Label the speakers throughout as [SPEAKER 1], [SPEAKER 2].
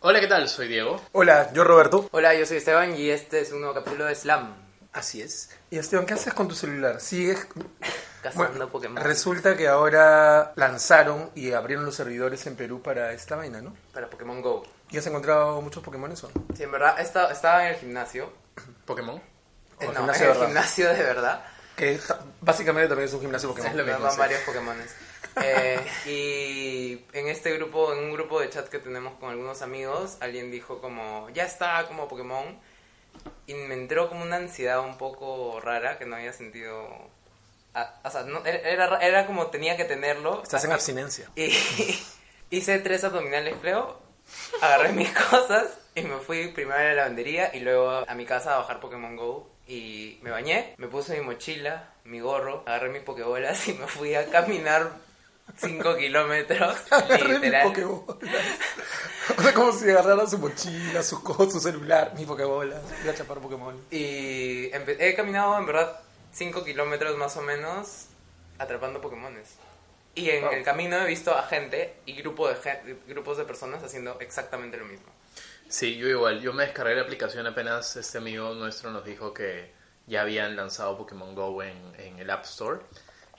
[SPEAKER 1] Hola, ¿qué tal? Soy Diego.
[SPEAKER 2] Hola, yo Roberto.
[SPEAKER 3] Hola, yo soy Esteban y este es un nuevo capítulo de Slam.
[SPEAKER 2] Así es. Y Esteban, ¿qué haces con tu celular? ¿Sigues
[SPEAKER 3] Cazando
[SPEAKER 2] Bueno,
[SPEAKER 3] Pokémon.
[SPEAKER 2] Resulta que ahora lanzaron y abrieron los servidores en Perú para esta vaina, ¿no?
[SPEAKER 3] Para Pokémon Go.
[SPEAKER 2] ¿Y has encontrado muchos Pokémon o no?
[SPEAKER 3] Sí, en verdad, he estado- estaba en el gimnasio.
[SPEAKER 1] Pokémon.
[SPEAKER 3] Eh,
[SPEAKER 2] O
[SPEAKER 3] no,
[SPEAKER 2] gimnasio
[SPEAKER 3] en
[SPEAKER 2] de
[SPEAKER 3] el
[SPEAKER 2] verdad.
[SPEAKER 3] gimnasio de verdad.
[SPEAKER 2] Que ja- básicamente también es un gimnasio Pokémon.
[SPEAKER 1] Es lo mismo,
[SPEAKER 3] Van
[SPEAKER 1] sí.
[SPEAKER 3] varios Pokémones. Eh, y en este grupo, en un grupo de chat que tenemos con algunos amigos, alguien dijo como, ya está como Pokémon. Y me entró como una ansiedad un poco rara que no había sentido... ah, o sea, no- era, era- era como tenía que tenerlo.
[SPEAKER 2] Estás en
[SPEAKER 3] así.
[SPEAKER 2] abstinencia.
[SPEAKER 3] Y hice tres abdominales, creo. Agarré mis cosas y me fui primero a la lavandería y luego a mi casa a bajar Pokémon Go. Y me bañé, me puse mi mochila, mi gorro, agarré mis pokebolas y me fui a caminar 5 kilómetros.
[SPEAKER 2] Agarré mi
[SPEAKER 3] literal.
[SPEAKER 2] Pokébola. o sea, como si agarrara su mochila, su cosas, su celular, mi Pokébola. Voy a chapar Pokémon.
[SPEAKER 3] Y empe- he caminado en verdad 5 kilómetros más o menos atrapando Pokémones. Y en
[SPEAKER 2] Wow.
[SPEAKER 3] el camino he visto a gente y grupo de gen- grupos de personas haciendo exactamente lo mismo.
[SPEAKER 1] Sí, yo igual. Yo me descargué la aplicación apenas este amigo nuestro nos dijo que ya habían lanzado Pokémon Go en, en el App Store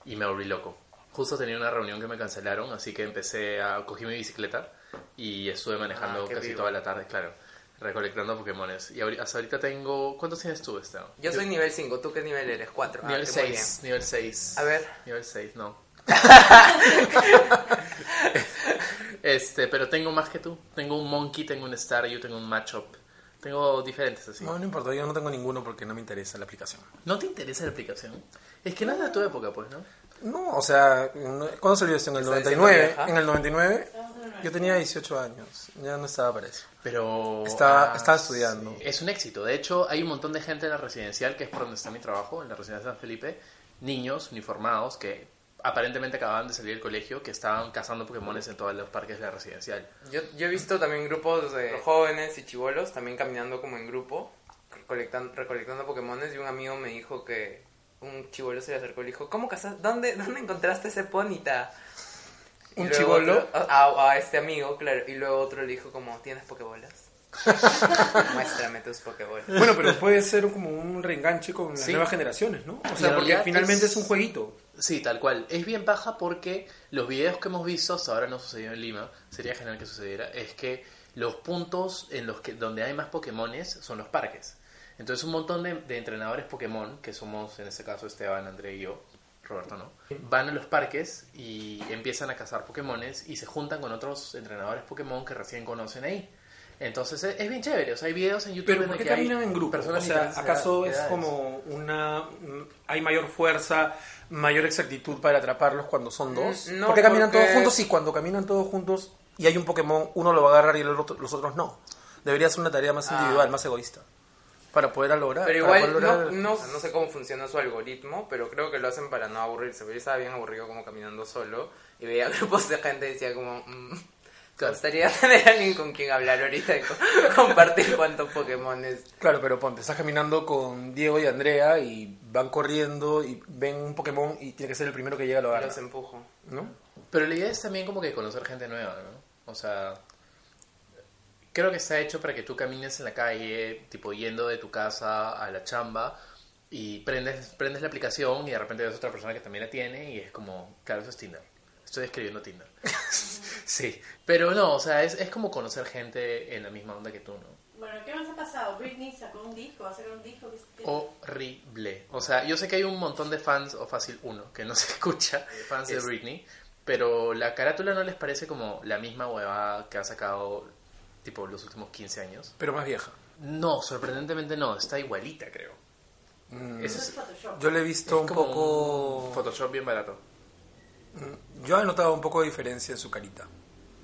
[SPEAKER 1] y me volví loco. Justo tenía una reunión que me cancelaron, así que empecé a... Cogí mi bicicleta y estuve manejando
[SPEAKER 3] Ah, qué
[SPEAKER 1] casi
[SPEAKER 3] vivo.
[SPEAKER 1] toda la tarde, claro, recolectando Pokémones. Y ahori- hasta ahorita tengo... ¿Cuántos tienes tú, Esteban?
[SPEAKER 3] Yo soy nivel 5, ¿tú qué nivel eres? Ah, 4.
[SPEAKER 1] Nivel 6, nivel 6.
[SPEAKER 3] A ver.
[SPEAKER 1] Nivel 6, no. este, pero tengo más que tú. Tengo un Monkey, tengo un Star, yo tengo un Matchup. Tengo diferentes así.
[SPEAKER 2] No, no importa, yo no tengo ninguno porque no me interesa la aplicación.
[SPEAKER 1] ¿No te interesa la aplicación? Es que no es de tu época, pues, ¿no?
[SPEAKER 2] No, o sea, no- ¿cuándo salió esto? En el
[SPEAKER 3] Está
[SPEAKER 2] 99.
[SPEAKER 3] diciendo vieja.
[SPEAKER 2] En el 99 yo tenía 18 años. Ya no estaba para eso.
[SPEAKER 1] Pero... ah,
[SPEAKER 2] Estaba- estaba estudiando.
[SPEAKER 1] sí. Es un éxito. De hecho, hay un montón de gente en la residencial, que es por donde está mi trabajo, en la residencia de San Felipe, niños uniformados que aparentemente acababan de salir del colegio, que estaban cazando Pokémones en todos los parques de la residencial.
[SPEAKER 3] Yo, yo he visto también grupos de jóvenes y chivolos también caminando como en grupo, recolectando, recolectando Pokémones. Y un amigo me dijo que un chivolo se le acercó y le dijo: ¿Cómo casaste? ¿Dónde, ¿Dónde encontraste ese ponita? Y
[SPEAKER 2] ¿Un
[SPEAKER 3] luego
[SPEAKER 2] chibolo?
[SPEAKER 3] otro- A, a este amigo, claro. Y luego otro le dijo: como, ¿Tienes Pokébolas? Muéstrame tus Pokébolas.
[SPEAKER 4] Bueno, pero puede ser como un reenganche con las
[SPEAKER 1] Sí.
[SPEAKER 4] nuevas generaciones, ¿no? O
[SPEAKER 1] En
[SPEAKER 4] sea, porque
[SPEAKER 1] realidad
[SPEAKER 4] finalmente
[SPEAKER 1] es-
[SPEAKER 4] es... un jueguito.
[SPEAKER 1] Sí, tal cual. Es bien baja porque los videos que hemos visto, hasta ahora no sucedió en Lima, sería genial que sucediera, es que los puntos en los que donde hay más Pokémones son los parques. Entonces un montón de, de entrenadores Pokémon, que somos en este caso Esteban, André y yo, Roberto no, van a los parques y empiezan a cazar Pokémones y se juntan con otros entrenadores Pokémon que recién conocen ahí. Entonces es, es bien chévere, o sea, hay videos en YouTube
[SPEAKER 4] Pero
[SPEAKER 1] en
[SPEAKER 4] ¿por
[SPEAKER 1] el
[SPEAKER 4] qué
[SPEAKER 1] que hay
[SPEAKER 4] caminan en grupo? O
[SPEAKER 1] personas de
[SPEAKER 4] sea,
[SPEAKER 1] diferentes
[SPEAKER 4] ¿acaso
[SPEAKER 1] edades.
[SPEAKER 4] es como
[SPEAKER 2] una mm, hay mayor fuerza, mayor exactitud para atraparlos cuando son dos.
[SPEAKER 3] Mm, no,
[SPEAKER 2] porque caminan
[SPEAKER 3] porque-
[SPEAKER 2] todos juntos y cuando caminan todos juntos y hay un Pokémon, uno lo va a agarrar y el otro- los otros no. Debería ser una tarea más
[SPEAKER 3] Ah.
[SPEAKER 2] individual, más egoísta. Para poder lograr.
[SPEAKER 3] Pero
[SPEAKER 2] para
[SPEAKER 3] igual,
[SPEAKER 2] poder
[SPEAKER 3] no,
[SPEAKER 2] lograr- Ah,
[SPEAKER 3] no, o sea, no sé cómo funciona su algoritmo, pero creo que lo hacen para no aburrirse. porque Yo estaba bien aburrido como caminando solo y veía grupos de gente y decía como... "Mm, me
[SPEAKER 1] Claro.
[SPEAKER 3] gustaría tener alguien con quien hablar ahorita y co- compartir cuántos Pokémones.
[SPEAKER 2] Claro, pero ponte, estás caminando con Diego y Andrea y van corriendo y ven un Pokémon y tiene que ser el primero que llega a lo agarra,
[SPEAKER 3] Los empujo.
[SPEAKER 2] ¿no?
[SPEAKER 1] Pero la idea es también como que conocer gente nueva, ¿no? O sea, creo que está hecho para que tú camines en la calle, tipo yendo de tu casa a la chamba y prendes, prendes la aplicación y de repente ves otra persona que también la tiene y es como, claro, eso es Tinder. Estoy escribiendo Tinder. sí, pero no, o sea, es, es como conocer gente en la misma onda que tú, ¿no?
[SPEAKER 5] Bueno, ¿qué más ha pasado? Britney sacó un disco, va a sacar un disco que se-
[SPEAKER 2] Oh,
[SPEAKER 1] horrible. O sea, yo sé que hay un montón de fans, o fácil uno, que no se escucha, fans de
[SPEAKER 3] Es-
[SPEAKER 1] Britney, pero la carátula no les parece como la misma huevada que ha sacado, tipo, los últimos 15 años.
[SPEAKER 2] Pero más vieja.
[SPEAKER 1] No, sorprendentemente no, está igualita, creo. Eso
[SPEAKER 5] Eso es
[SPEAKER 1] es,
[SPEAKER 5] Photoshop.
[SPEAKER 2] Yo le he visto un
[SPEAKER 1] como
[SPEAKER 2] poco...
[SPEAKER 1] un Oh. Photoshop bien barato.
[SPEAKER 2] Yo he notado un poco de diferencia en su carita.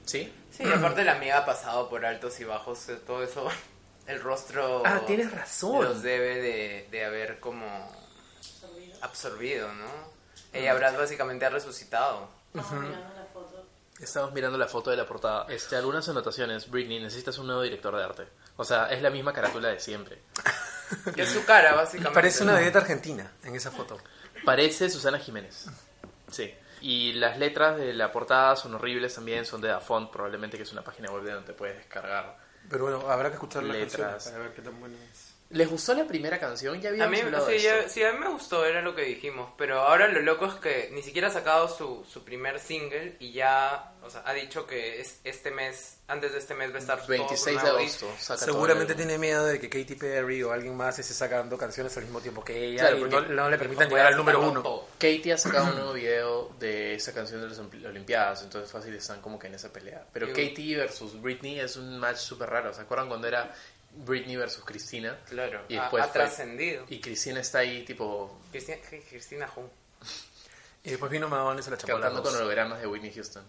[SPEAKER 1] ¿Sí?
[SPEAKER 3] Sí, y aparte la amiga ha pasado por altos y bajos, eh, todo eso. El rostro...
[SPEAKER 1] Ah, tienes razón.
[SPEAKER 3] Los debe de, de haber como absorbido, ¿no? Ella habrá básicamente ha resucitado.
[SPEAKER 5] Estamos mirando la foto.
[SPEAKER 1] Estamos mirando la foto de la portada. Este, algunas anotaciones, Britney, necesitas un nuevo director de arte. O sea, es la misma carátula de siempre.
[SPEAKER 3] Que es su cara, básicamente.
[SPEAKER 2] Parece una
[SPEAKER 3] ¿no?
[SPEAKER 2] dieta argentina en esa foto.
[SPEAKER 1] Parece Susana Jiménez. Sí. Y las letras de la portada son horribles también, son de Dafont, probablemente que es una página web de donde te puedes descargar
[SPEAKER 2] Pero bueno, habrá que escuchar las
[SPEAKER 1] Letras.
[SPEAKER 2] canciones para ver qué tan buena es.
[SPEAKER 1] ¿Les gustó la primera canción? Ya
[SPEAKER 3] A
[SPEAKER 1] habíamos
[SPEAKER 3] mí,
[SPEAKER 1] hablado
[SPEAKER 3] sí,
[SPEAKER 1] de
[SPEAKER 3] ya-
[SPEAKER 1] eso.
[SPEAKER 3] sí, a mí me gustó, era lo que dijimos. Pero ahora lo loco es que ni siquiera ha sacado su, su primer single y ya o sea, ha dicho que es este mes, antes de este mes va a estar todo su
[SPEAKER 1] 26 de
[SPEAKER 3] nuevo
[SPEAKER 1] agosto. saca todo
[SPEAKER 2] Seguramente
[SPEAKER 1] el álbum.
[SPEAKER 2] tiene miedo de que Katy Perry o alguien más esté sacando canciones al mismo tiempo que ella
[SPEAKER 1] Claro,
[SPEAKER 2] y
[SPEAKER 1] porque-
[SPEAKER 2] no, no le permitan
[SPEAKER 3] porque
[SPEAKER 2] llegar al
[SPEAKER 3] ahora
[SPEAKER 2] número
[SPEAKER 3] sacaron
[SPEAKER 2] uno.
[SPEAKER 3] todo.
[SPEAKER 1] Katie ha sacado un nuevo video de esa canción de las Olimpi- Olimpiadas, entonces fácil están como que en esa pelea. Pero
[SPEAKER 3] Sí.
[SPEAKER 1] Katie versus Britney es un match súper raro. ¿Se acuerdan cuando era Britney versus Cristina?
[SPEAKER 3] Claro,
[SPEAKER 1] Y
[SPEAKER 3] ha-
[SPEAKER 1] después
[SPEAKER 3] ha,
[SPEAKER 1] fue-
[SPEAKER 3] trascendido.
[SPEAKER 1] Y Cristina está ahí, tipo,
[SPEAKER 3] Cristina, Cristina Jung.
[SPEAKER 2] Y después vino Madonna y se la chapó a las
[SPEAKER 1] cantando
[SPEAKER 2] dos.
[SPEAKER 1] con hologramas de Whitney Houston.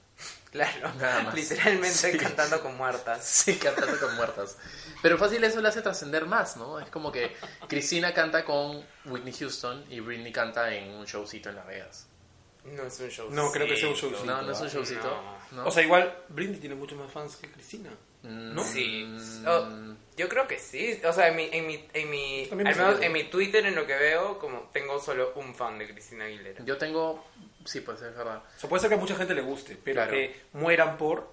[SPEAKER 3] Claro,
[SPEAKER 1] Nada más.
[SPEAKER 3] literalmente
[SPEAKER 1] Sí.
[SPEAKER 3] cantando con muertas.
[SPEAKER 1] Sí, cantando con muertas. Pero fácil eso le hace trascender más, ¿no? Es como que Cristina canta con Whitney Houston y Britney canta en un showcito en Las Vegas.
[SPEAKER 3] No es un show.
[SPEAKER 4] No, creo que sea un showcito.
[SPEAKER 1] No, no es un showcito. ¿no?
[SPEAKER 4] O sea, igual Britney tiene muchos más fans que Cristina.
[SPEAKER 1] Mm,
[SPEAKER 4] ¿no?
[SPEAKER 3] Sí.
[SPEAKER 1] mm,
[SPEAKER 3] Oh, yo creo que sí. O sea, en mi, en mi, en mi,
[SPEAKER 4] También me
[SPEAKER 3] al menos
[SPEAKER 4] sorprende.
[SPEAKER 3] en mi Twitter, en lo que veo, como tengo solo un fan de Cristina Aguilera.
[SPEAKER 1] Yo tengo... Sí, pues es verdad.
[SPEAKER 4] O sea, puede ser que a mucha gente le guste, pero
[SPEAKER 1] Claro.
[SPEAKER 4] que mueran por...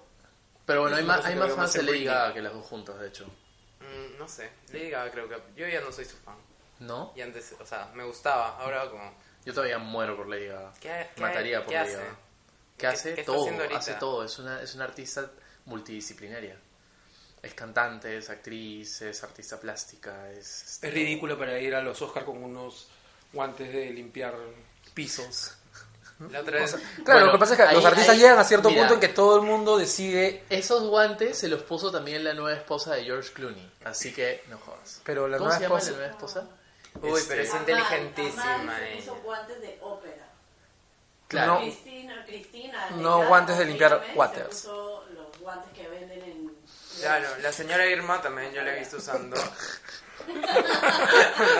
[SPEAKER 1] Pero bueno,
[SPEAKER 4] Es
[SPEAKER 1] hay
[SPEAKER 4] una
[SPEAKER 1] más,
[SPEAKER 4] cosa
[SPEAKER 1] hay
[SPEAKER 4] que
[SPEAKER 1] más
[SPEAKER 4] veo
[SPEAKER 1] fans
[SPEAKER 4] más
[SPEAKER 1] de
[SPEAKER 4] en
[SPEAKER 1] Lady
[SPEAKER 4] Britney.
[SPEAKER 1] Gaga que las dos juntas, de hecho.
[SPEAKER 3] Mm, no sé. Lady Gaga creo que... Yo ya no soy su fan.
[SPEAKER 1] ¿No?
[SPEAKER 3] Y antes, o sea, me gustaba. Ahora como...
[SPEAKER 1] Yo todavía muero por Lady Gaga.
[SPEAKER 3] ¿Qué, qué-
[SPEAKER 1] Mataría por
[SPEAKER 3] qué
[SPEAKER 1] Lady
[SPEAKER 3] hace?
[SPEAKER 1] Gaga. Que hace
[SPEAKER 3] qué está
[SPEAKER 1] todo,
[SPEAKER 3] haciendo ahorita?
[SPEAKER 1] hace todo. Es una, es una artista multidisciplinaria. Es cantante, es actriz, es artista plástica, es...
[SPEAKER 4] Es ridículo para ir a los Oscar con unos guantes de limpiar pisos.
[SPEAKER 3] La otra vez...
[SPEAKER 2] Claro,
[SPEAKER 1] Bueno,
[SPEAKER 2] lo que pasa es que
[SPEAKER 1] ahí-
[SPEAKER 2] los artistas
[SPEAKER 1] ahí-
[SPEAKER 2] llegan a cierto
[SPEAKER 1] mira.
[SPEAKER 2] punto en que todo el mundo decide,
[SPEAKER 1] Esos guantes se los puso también la nueva esposa de George Clooney. Así que no jodas.
[SPEAKER 2] pero la
[SPEAKER 1] ¿Cómo
[SPEAKER 2] nueva
[SPEAKER 1] se llama
[SPEAKER 2] esposa...
[SPEAKER 1] la nueva esposa?
[SPEAKER 3] Uy, pero es
[SPEAKER 1] Este,
[SPEAKER 3] inteligentísima eh.
[SPEAKER 5] Amal se
[SPEAKER 3] ella.
[SPEAKER 5] puso guantes de ópera.
[SPEAKER 1] Claro.
[SPEAKER 2] No.
[SPEAKER 5] Cristina, Cristina.
[SPEAKER 2] No
[SPEAKER 5] Legal,
[SPEAKER 2] guantes de limpiar
[SPEAKER 5] Irme, se
[SPEAKER 2] waters.
[SPEAKER 5] puso los guantes que venden en.
[SPEAKER 3] Claro, la señora Irma también yo la he visto usando...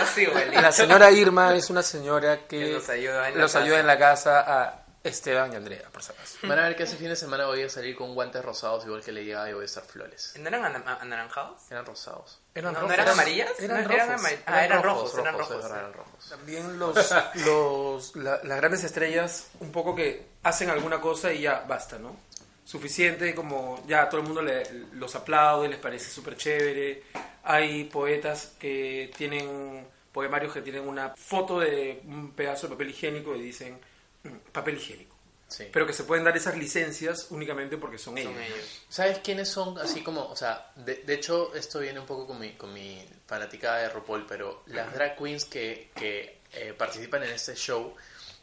[SPEAKER 3] Así, güey.
[SPEAKER 2] La señora Irma es una señora que,
[SPEAKER 1] eh,
[SPEAKER 3] Que nos ayuda en la
[SPEAKER 2] los ayuda
[SPEAKER 3] casa.
[SPEAKER 2] en la casa a Esteban y Andrea, por si acaso.
[SPEAKER 1] Van a ver que ese fin de semana voy a salir con guantes rosados igual que le llegaba y voy a usar flores.
[SPEAKER 3] ¿No eran ana- anaranjados?
[SPEAKER 1] Eran rosados.
[SPEAKER 2] Eran
[SPEAKER 3] ¿No, no
[SPEAKER 2] rojos.
[SPEAKER 3] eran amarillas?
[SPEAKER 2] Eran
[SPEAKER 3] No, eran
[SPEAKER 2] rojos. eh.
[SPEAKER 3] amar- Ah, eran rojos, eran
[SPEAKER 1] es
[SPEAKER 3] rojos,
[SPEAKER 1] verdad,
[SPEAKER 3] sí.
[SPEAKER 1] eran rojos.
[SPEAKER 2] También los, los, la- las grandes estrellas
[SPEAKER 4] Un poco que hacen alguna cosa y ya basta, ¿no? Suficiente, como ya todo el mundo le- los aplaude, les parece súper chévere. Hay poetas que tienen, poemarios que tienen una foto de un pedazo de papel higiénico y dicen "Mm, papel higiénico.
[SPEAKER 1] Sí.
[SPEAKER 4] Pero que se pueden dar esas licencias únicamente porque son ellos.
[SPEAKER 3] Son ellos.
[SPEAKER 1] ¿Sabes quiénes son así como, o sea, de, de hecho esto viene un poco con mi, con mi fanaticada de RuPaul, pero las drag queens que, que, eh, participan en este show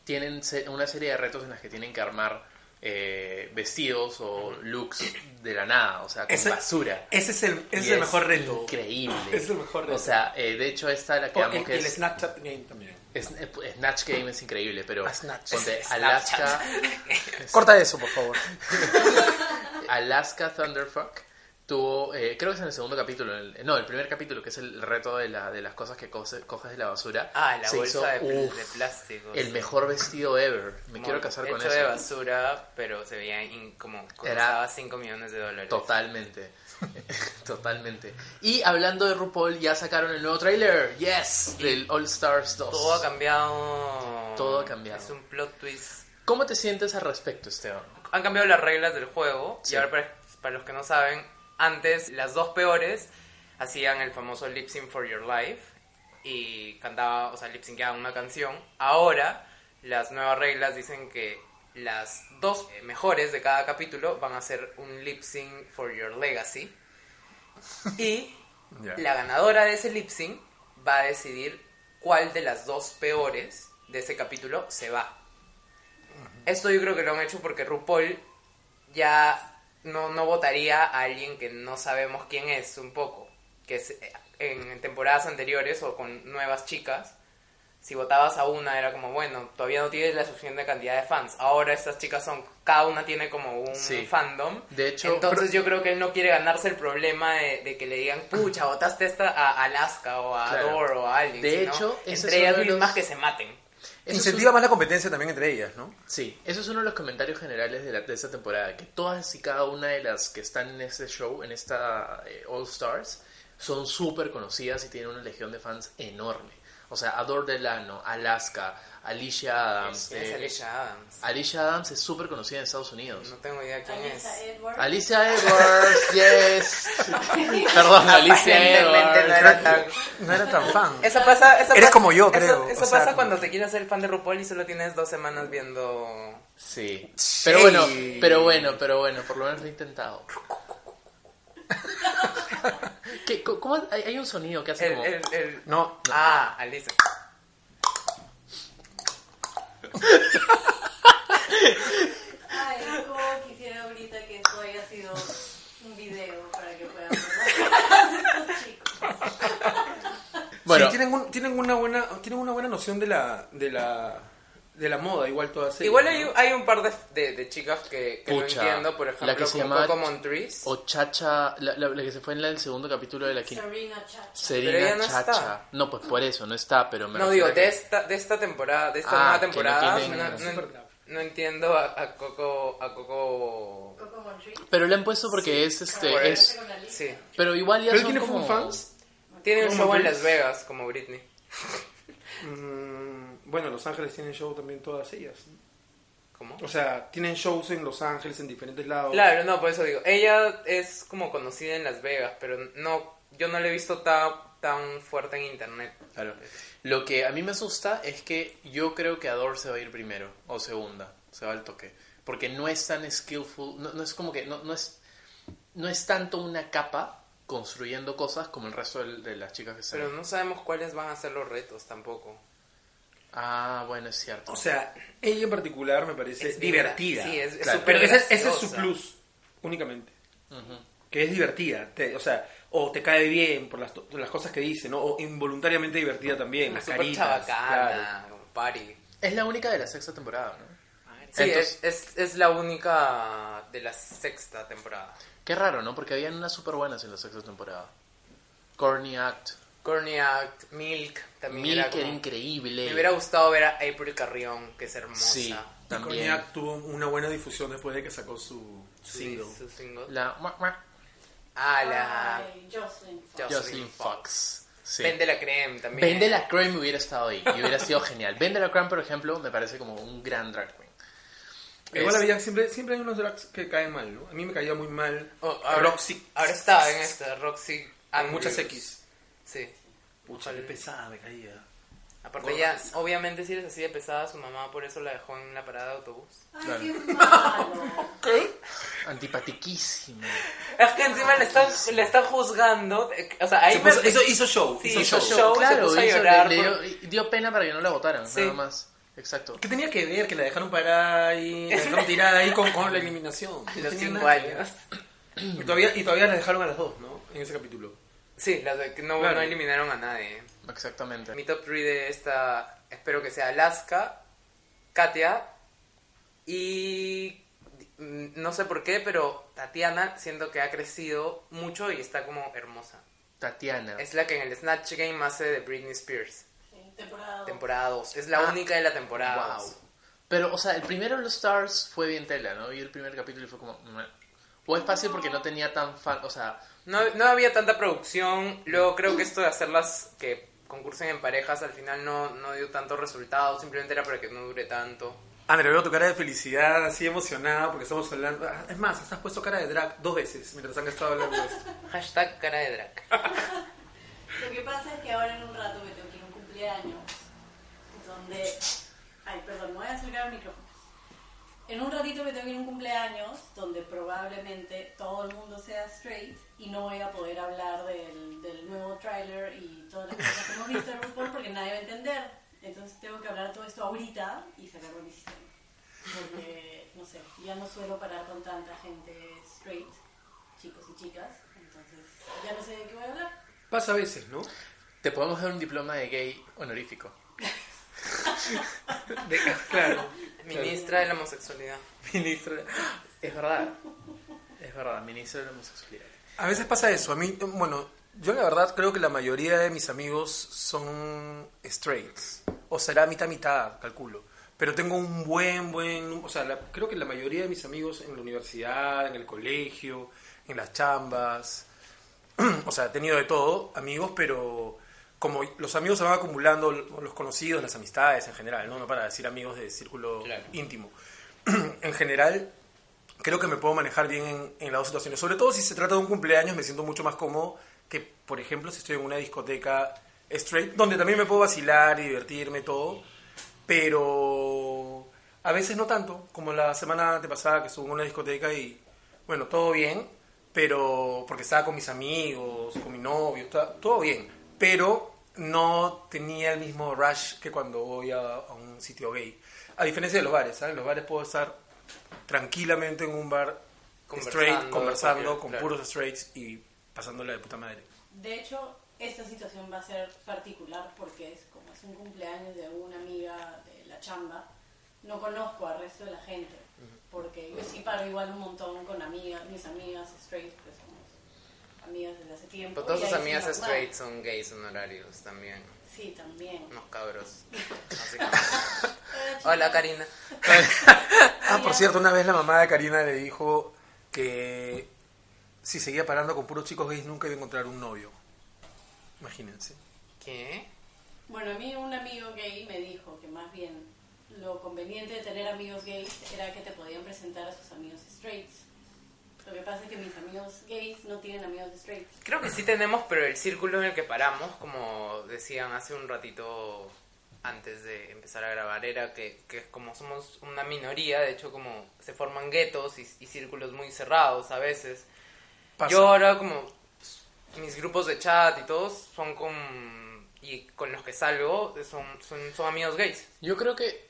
[SPEAKER 1] tienen se- una serie de retos en las que tienen que armar eh, vestidos o looks de la nada, o sea, con
[SPEAKER 4] Ese-
[SPEAKER 1] basura.
[SPEAKER 4] Ese es el,
[SPEAKER 1] Y
[SPEAKER 4] ese es el mejor reto.
[SPEAKER 1] Increíble.
[SPEAKER 4] Es el mejor reto.
[SPEAKER 1] O sea, eh, de hecho esta la que
[SPEAKER 4] O
[SPEAKER 1] amo
[SPEAKER 4] el,
[SPEAKER 1] que
[SPEAKER 4] el
[SPEAKER 1] es...
[SPEAKER 4] Snapchat Game también.
[SPEAKER 1] es- eh, Snatch Game es increíble, pero
[SPEAKER 2] Snatch.
[SPEAKER 1] ponte
[SPEAKER 3] Snapchat.
[SPEAKER 1] Alaska,
[SPEAKER 2] Corta eso, por favor.
[SPEAKER 1] Alaska Thunderfuck tuvo, eh, creo que es en el segundo capítulo, en el- no, el primer capítulo, que es el reto de, la, de las cosas que cose- coges de la basura.
[SPEAKER 3] Ah, la
[SPEAKER 1] se hizo,
[SPEAKER 3] bolsa de, pl-
[SPEAKER 1] uf,
[SPEAKER 3] de plástico.
[SPEAKER 1] el
[SPEAKER 3] sí.
[SPEAKER 1] mejor vestido ever. Me quiero
[SPEAKER 3] Como
[SPEAKER 1] casar con
[SPEAKER 3] hecho de
[SPEAKER 1] eso.
[SPEAKER 3] basura, pero se veía in- como
[SPEAKER 1] Era-
[SPEAKER 3] costaba 5 millones de dólares.
[SPEAKER 1] Totalmente. Totalmente. Y hablando de RuPaul, ya sacaron el nuevo trailer. Yes, del All Stars 2.
[SPEAKER 3] Todo ha cambiado.
[SPEAKER 1] Todo ha cambiado.
[SPEAKER 3] Es un plot twist.
[SPEAKER 1] ¿Cómo te sientes al respecto, Esteban?
[SPEAKER 3] Han cambiado las reglas del juego.
[SPEAKER 1] Sí.
[SPEAKER 3] Y ahora, para, para los que no saben, antes las dos peores hacían el famoso lip sync for your life. Y cantaba, o sea, lip syncaban una canción. Ahora, las nuevas reglas dicen que las dos eh, mejores de cada capítulo van a hacer un lip sync for your legacy. Y la ganadora de ese lip sync va a decidir cuál de las dos peores de ese capítulo se va. Esto yo creo que lo han hecho porque RuPaul ya no, no votaría a alguien que no sabemos quién es un poco. Que es, eh, en temporadas anteriores o con nuevas chicas, si votabas a una era como, bueno, todavía no tienes la suficiente cantidad de fans. Ahora estas chicas son, cada una tiene como un
[SPEAKER 1] Sí.
[SPEAKER 3] fandom.
[SPEAKER 1] De hecho,
[SPEAKER 3] Entonces yo creo que él no quiere ganarse el problema de, de que le digan, pucha, votaste esta a Alaska o a
[SPEAKER 1] Claro.
[SPEAKER 3] Dor o a alguien.
[SPEAKER 1] De
[SPEAKER 3] sino
[SPEAKER 1] hecho, ese es
[SPEAKER 3] entre ellas
[SPEAKER 1] uno de los-
[SPEAKER 3] mismas que se maten.
[SPEAKER 1] Eso es un-
[SPEAKER 2] Incentiva más la competencia también entre ellas, ¿no?
[SPEAKER 1] Sí, eso es uno de los comentarios generales de, la, de esta temporada, que todas y cada una de las que están en este show, en esta eh, All Stars, son súper conocidas y tienen una legión de fans enorme. O sea, Adore Delano, Alaska, Alicia Adams.
[SPEAKER 3] ¿Quién es
[SPEAKER 1] eh,
[SPEAKER 3] Alicia Adams?
[SPEAKER 1] Alicia Adams es súper conocida en Estados Unidos.
[SPEAKER 3] No tengo idea quién
[SPEAKER 5] Alisa
[SPEAKER 3] es.
[SPEAKER 5] Edwards.
[SPEAKER 1] Alicia Edwards, yes. Perdón, Alicia
[SPEAKER 3] Aparentemente no era
[SPEAKER 1] Edwards.
[SPEAKER 3] tan...
[SPEAKER 6] No era tan fan.
[SPEAKER 3] Eso pasa, eso
[SPEAKER 6] Eres
[SPEAKER 3] pasa-
[SPEAKER 6] como yo,
[SPEAKER 3] eso-
[SPEAKER 6] creo,
[SPEAKER 3] Eso
[SPEAKER 6] o sea,
[SPEAKER 3] pasa
[SPEAKER 6] como-
[SPEAKER 3] cuando te quieres hacer fan de RuPaul y solo tienes dos semanas viendo...
[SPEAKER 1] Sí. Pero bueno, pero bueno, pero bueno, por lo menos lo he intentado. ¿Qué, co- ¿Cómo hay, hay un sonido que hace
[SPEAKER 3] El,
[SPEAKER 1] como
[SPEAKER 3] el, el...
[SPEAKER 6] No,
[SPEAKER 3] Ah, Alicia.
[SPEAKER 5] Ay, cómo quisiera ahorita que esto haya sido un video para que puedan ver estos chicos.
[SPEAKER 1] Bueno.
[SPEAKER 2] Sí, tienen, un- tienen una buena, tienen una buena noción de la, de la, de la moda, igual todas ellas,
[SPEAKER 3] Igual
[SPEAKER 2] ¿no?
[SPEAKER 3] hay, hay un par de, de, de chicas que, que no
[SPEAKER 1] Pucha,
[SPEAKER 3] entiendo, por
[SPEAKER 1] la
[SPEAKER 3] ejemplo,
[SPEAKER 1] que se
[SPEAKER 3] como
[SPEAKER 1] llama-
[SPEAKER 3] Coco Montrese.
[SPEAKER 1] o chacha, la, la- la que se fue en la- el segundo capítulo de la quinta.
[SPEAKER 5] Serena Chacha.
[SPEAKER 1] Serena
[SPEAKER 3] ella no
[SPEAKER 1] Chacha.
[SPEAKER 3] está.
[SPEAKER 1] No, pues por eso, no está, pero me
[SPEAKER 3] No,
[SPEAKER 1] refiero
[SPEAKER 3] digo,
[SPEAKER 1] a que-
[SPEAKER 3] de esta, de esta temporada, de esta
[SPEAKER 1] Ah,
[SPEAKER 3] nueva
[SPEAKER 1] que no
[SPEAKER 3] temporada,
[SPEAKER 1] tienen-
[SPEAKER 3] no, no- no entiendo a, a Coco... A Coco...
[SPEAKER 5] Coco Montrese.
[SPEAKER 1] Pero le han puesto porque es
[SPEAKER 5] Por
[SPEAKER 1] este
[SPEAKER 5] él.
[SPEAKER 1] es
[SPEAKER 3] Sí.
[SPEAKER 1] pero igual ya
[SPEAKER 2] ¿Pero él
[SPEAKER 1] son
[SPEAKER 2] tiene
[SPEAKER 1] como
[SPEAKER 2] fan fans?
[SPEAKER 3] Tiene un
[SPEAKER 2] Coco
[SPEAKER 3] show en
[SPEAKER 2] Montrese.
[SPEAKER 3] Las Vegas, como Britney.
[SPEAKER 2] Mm, bueno, Los Ángeles tienen show también todas ellas. ¿no?
[SPEAKER 3] ¿Cómo?
[SPEAKER 2] O sea, tienen shows en Los Ángeles, en diferentes lados.
[SPEAKER 3] Claro, no, por eso digo. Ella es como conocida en Las Vegas, pero no, yo no la he visto tan, tan fuerte en internet.
[SPEAKER 1] Claro. Lo que a mí me asusta es que yo creo que Ador se va a ir primero o segunda, se va al toque, porque no es tan skillful, no, no es como que no, no es no es tanto una capa construyendo cosas como el resto del- de, las chicas que se
[SPEAKER 3] Pero no sabemos cuáles van a ser los retos tampoco.
[SPEAKER 1] Ah, bueno, es cierto.
[SPEAKER 2] O sea, ella en particular me parece
[SPEAKER 3] Es
[SPEAKER 2] divertida.
[SPEAKER 3] Sí, es, es
[SPEAKER 1] Claro.
[SPEAKER 3] súper
[SPEAKER 2] Pero ese, ese es su
[SPEAKER 3] graciosa.
[SPEAKER 2] plus, únicamente.
[SPEAKER 1] Ujú.
[SPEAKER 2] Que es divertida. te- o sea, o te cae bien por las, to- por las cosas que dice, ¿no? O involuntariamente divertida también. Las
[SPEAKER 3] Súper
[SPEAKER 2] caritas. claro.
[SPEAKER 3] chabacana, como party.
[SPEAKER 1] Es la única de la sexta temporada, ¿no?
[SPEAKER 3] Sí,
[SPEAKER 1] Entonces-
[SPEAKER 3] es, es, es la única de la sexta temporada.
[SPEAKER 1] Qué raro, ¿no? Porque habían unas súper buenas en la sexta temporada. Corny Act,
[SPEAKER 3] Corniac, Milk también era
[SPEAKER 1] Milk
[SPEAKER 3] como-
[SPEAKER 1] era increíble.
[SPEAKER 3] Me hubiera gustado ver a April Carrión, que es hermosa.
[SPEAKER 1] Sí,
[SPEAKER 2] Y
[SPEAKER 1] también.
[SPEAKER 2] Cognac tuvo una buena difusión después de que sacó su
[SPEAKER 3] Su-
[SPEAKER 2] single.
[SPEAKER 3] su single.
[SPEAKER 1] La mua, mua,
[SPEAKER 3] Ah, la...
[SPEAKER 5] Ay, Jocelyn Fox.
[SPEAKER 3] Jocelyn
[SPEAKER 1] Jocelyn
[SPEAKER 3] Fox.
[SPEAKER 1] Fox. Sí.
[SPEAKER 3] Vende la creme también.
[SPEAKER 1] Vende la Creme hubiera estado ahí y hubiera sido genial. Vende la Creme, por ejemplo, me parece como un gran drag queen.
[SPEAKER 2] Igual
[SPEAKER 1] Es-
[SPEAKER 2] había, siempre, siempre hay unos drags que caen mal, ¿no? A mí me caía muy mal.
[SPEAKER 3] Oh, ahora,
[SPEAKER 2] Roxy.
[SPEAKER 3] ahora está en esta, Roxy.
[SPEAKER 2] Con
[SPEAKER 3] Andrews.
[SPEAKER 2] muchas X.
[SPEAKER 3] Sí.
[SPEAKER 2] Pucha, le pesada, me caía.
[SPEAKER 3] Aparte ya, obviamente si eres así de pesada, su mamá por eso la dejó en la parada de autobús.
[SPEAKER 5] Ay, qué malo.
[SPEAKER 1] Antipatiquísimo.
[SPEAKER 3] Es que encima le están, le están juzgando. eh, O sea, ahí
[SPEAKER 2] Se puso-
[SPEAKER 3] me-
[SPEAKER 2] hizo, hizo show.
[SPEAKER 3] Sí,
[SPEAKER 2] hizo
[SPEAKER 3] hizo
[SPEAKER 2] show.
[SPEAKER 3] show. se puso a llorar
[SPEAKER 1] le- le
[SPEAKER 3] por-
[SPEAKER 1] dio, dio pena para que no la votaran,
[SPEAKER 3] Sí.
[SPEAKER 1] nada más. Exacto.
[SPEAKER 2] ¿Qué tenía que ver? Que la dejaron parada ahí, la dejaron tirada ahí con, con la eliminación. No
[SPEAKER 3] los
[SPEAKER 2] tenía
[SPEAKER 3] cinco
[SPEAKER 2] nada que ver.
[SPEAKER 3] años.
[SPEAKER 2] Y todavía, y todavía la dejaron a las dos, ¿no? En ese capítulo.
[SPEAKER 3] Sí, las de que no,
[SPEAKER 2] Claro.
[SPEAKER 3] no eliminaron a nadie.
[SPEAKER 1] Exactamente.
[SPEAKER 3] Mi top 3 de esta, espero que sea Alaska, Katia y mm, no sé por qué, pero Tatiana siento que ha crecido mucho y está como hermosa.
[SPEAKER 1] Tatiana.
[SPEAKER 3] Es la que en el Snatch Game hace de Britney Spears,
[SPEAKER 5] Sí, Temporada. dos.
[SPEAKER 3] temporada 2. Es la
[SPEAKER 1] Ah.
[SPEAKER 3] única de la temporada
[SPEAKER 1] Wow.
[SPEAKER 3] 2.
[SPEAKER 1] Pero, o sea, el primero Los Stars fue bien tela, ¿no? Y el primer capítulo y fue como... meh. O es fácil porque no tenía tan fan... O sea,
[SPEAKER 3] No, no había tanta producción, luego creo que esto de hacerlas que concursen en parejas al final no, no dio tanto resultado, simplemente era para que no dure tanto.
[SPEAKER 2] André, veo tu cara de felicidad, así emocionada, porque estamos hablando. Ah, Es más, hasta has puesto cara de drag dos veces mientras han estado hablando de esto.
[SPEAKER 3] Hashtag cara de drag.
[SPEAKER 5] Lo que pasa es que ahora en un rato me tengo que ir a un cumpleaños donde... Ay, perdón, me voy a acercar al micrófono. En un ratito me tengo que ir a un cumpleaños donde probablemente todo el mundo sea straight y no voy a poder hablar del, del nuevo tráiler y todas las cosas que hemos visto en RuPaul porque nadie va a entender. Entonces tengo que hablar todo esto ahorita y sacarlo de mi sistema. Porque, no sé, ya no suelo parar con tanta gente straight, chicos y chicas. Entonces ya no sé de qué voy a hablar.
[SPEAKER 2] Pasa a veces, ¿no?
[SPEAKER 1] te podemos dar un diploma de gay honorífico.
[SPEAKER 2] De- claro.
[SPEAKER 3] Ministra de la homosexualidad.
[SPEAKER 1] Ministro... Es verdad. Es verdad, ministro de la homosexualidad.
[SPEAKER 2] A veces pasa eso. A mí, bueno, yo la verdad creo que la mayoría de mis amigos son straights. O será mitad-mitad, calculo. Pero tengo un buen, buen... O sea, la- creo que la mayoría de mis amigos en la universidad, en el colegio, en las chambas... o sea, he tenido de todo, amigos, pero como los amigos se van acumulando, o los conocidos, las amistades en general, no, no para decir amigos de círculo
[SPEAKER 3] Claro.
[SPEAKER 2] íntimo. en general, creo que me puedo manejar bien en, en las dos situaciones. Sobre todo si se trata de un cumpleaños, me siento mucho más cómodo que, por ejemplo, si estoy en una discoteca straight, donde también me puedo vacilar y divertirme todo, pero a veces no tanto, como la semana antepasada que estuve en una discoteca y, bueno, todo bien, pero porque estaba con mis amigos, con mi novio, está- todo bien, pero no tenía el mismo rush que cuando voy a, a un sitio gay. A diferencia de los bares, ¿sabes? En los bares puedo estar tranquilamente en un bar
[SPEAKER 3] Conversando,
[SPEAKER 2] straight, conversando
[SPEAKER 3] cualquier-
[SPEAKER 2] con
[SPEAKER 3] claro.
[SPEAKER 2] puros straights y pasándola de puta madre.
[SPEAKER 5] De hecho, esta situación va a ser particular porque es como es un cumpleaños de una amiga de la chamba, no conozco al resto de la gente, porque yo sí paro igual un montón con amigas, mis amigas straight, que somos amigas desde hace tiempo.
[SPEAKER 3] Pero todas
[SPEAKER 5] y ahí
[SPEAKER 3] sus
[SPEAKER 5] sí
[SPEAKER 3] amigas
[SPEAKER 5] normal.
[SPEAKER 3] straight son gays honorarios también.
[SPEAKER 5] Sí, también. Eh,
[SPEAKER 3] Unos cabros. Así que- Hola, Karina.
[SPEAKER 2] Ah, por cierto, una vez la mamá de Karina le dijo que si seguía parando con puros chicos gays nunca iba a encontrar un novio. Imagínense.
[SPEAKER 3] ¿Qué?
[SPEAKER 5] Bueno, a mí un amigo gay me dijo que más bien lo conveniente de tener amigos gays era que te podían presentar a sus amigos straights. Lo que pasa es que mis amigos gays no tienen amigos straights.
[SPEAKER 3] Creo que sí tenemos, pero el círculo en el que paramos, como decían hace un ratito antes de empezar a grabar, era que, que como somos una minoría, de hecho como se forman guetos y, y círculos muy cerrados a veces.
[SPEAKER 2] Pasa.
[SPEAKER 3] Yo ahora como mis grupos de chat y todos son con... y con los que salgo son, son, son amigos gays.
[SPEAKER 1] Yo creo que.
[SPEAKER 3] De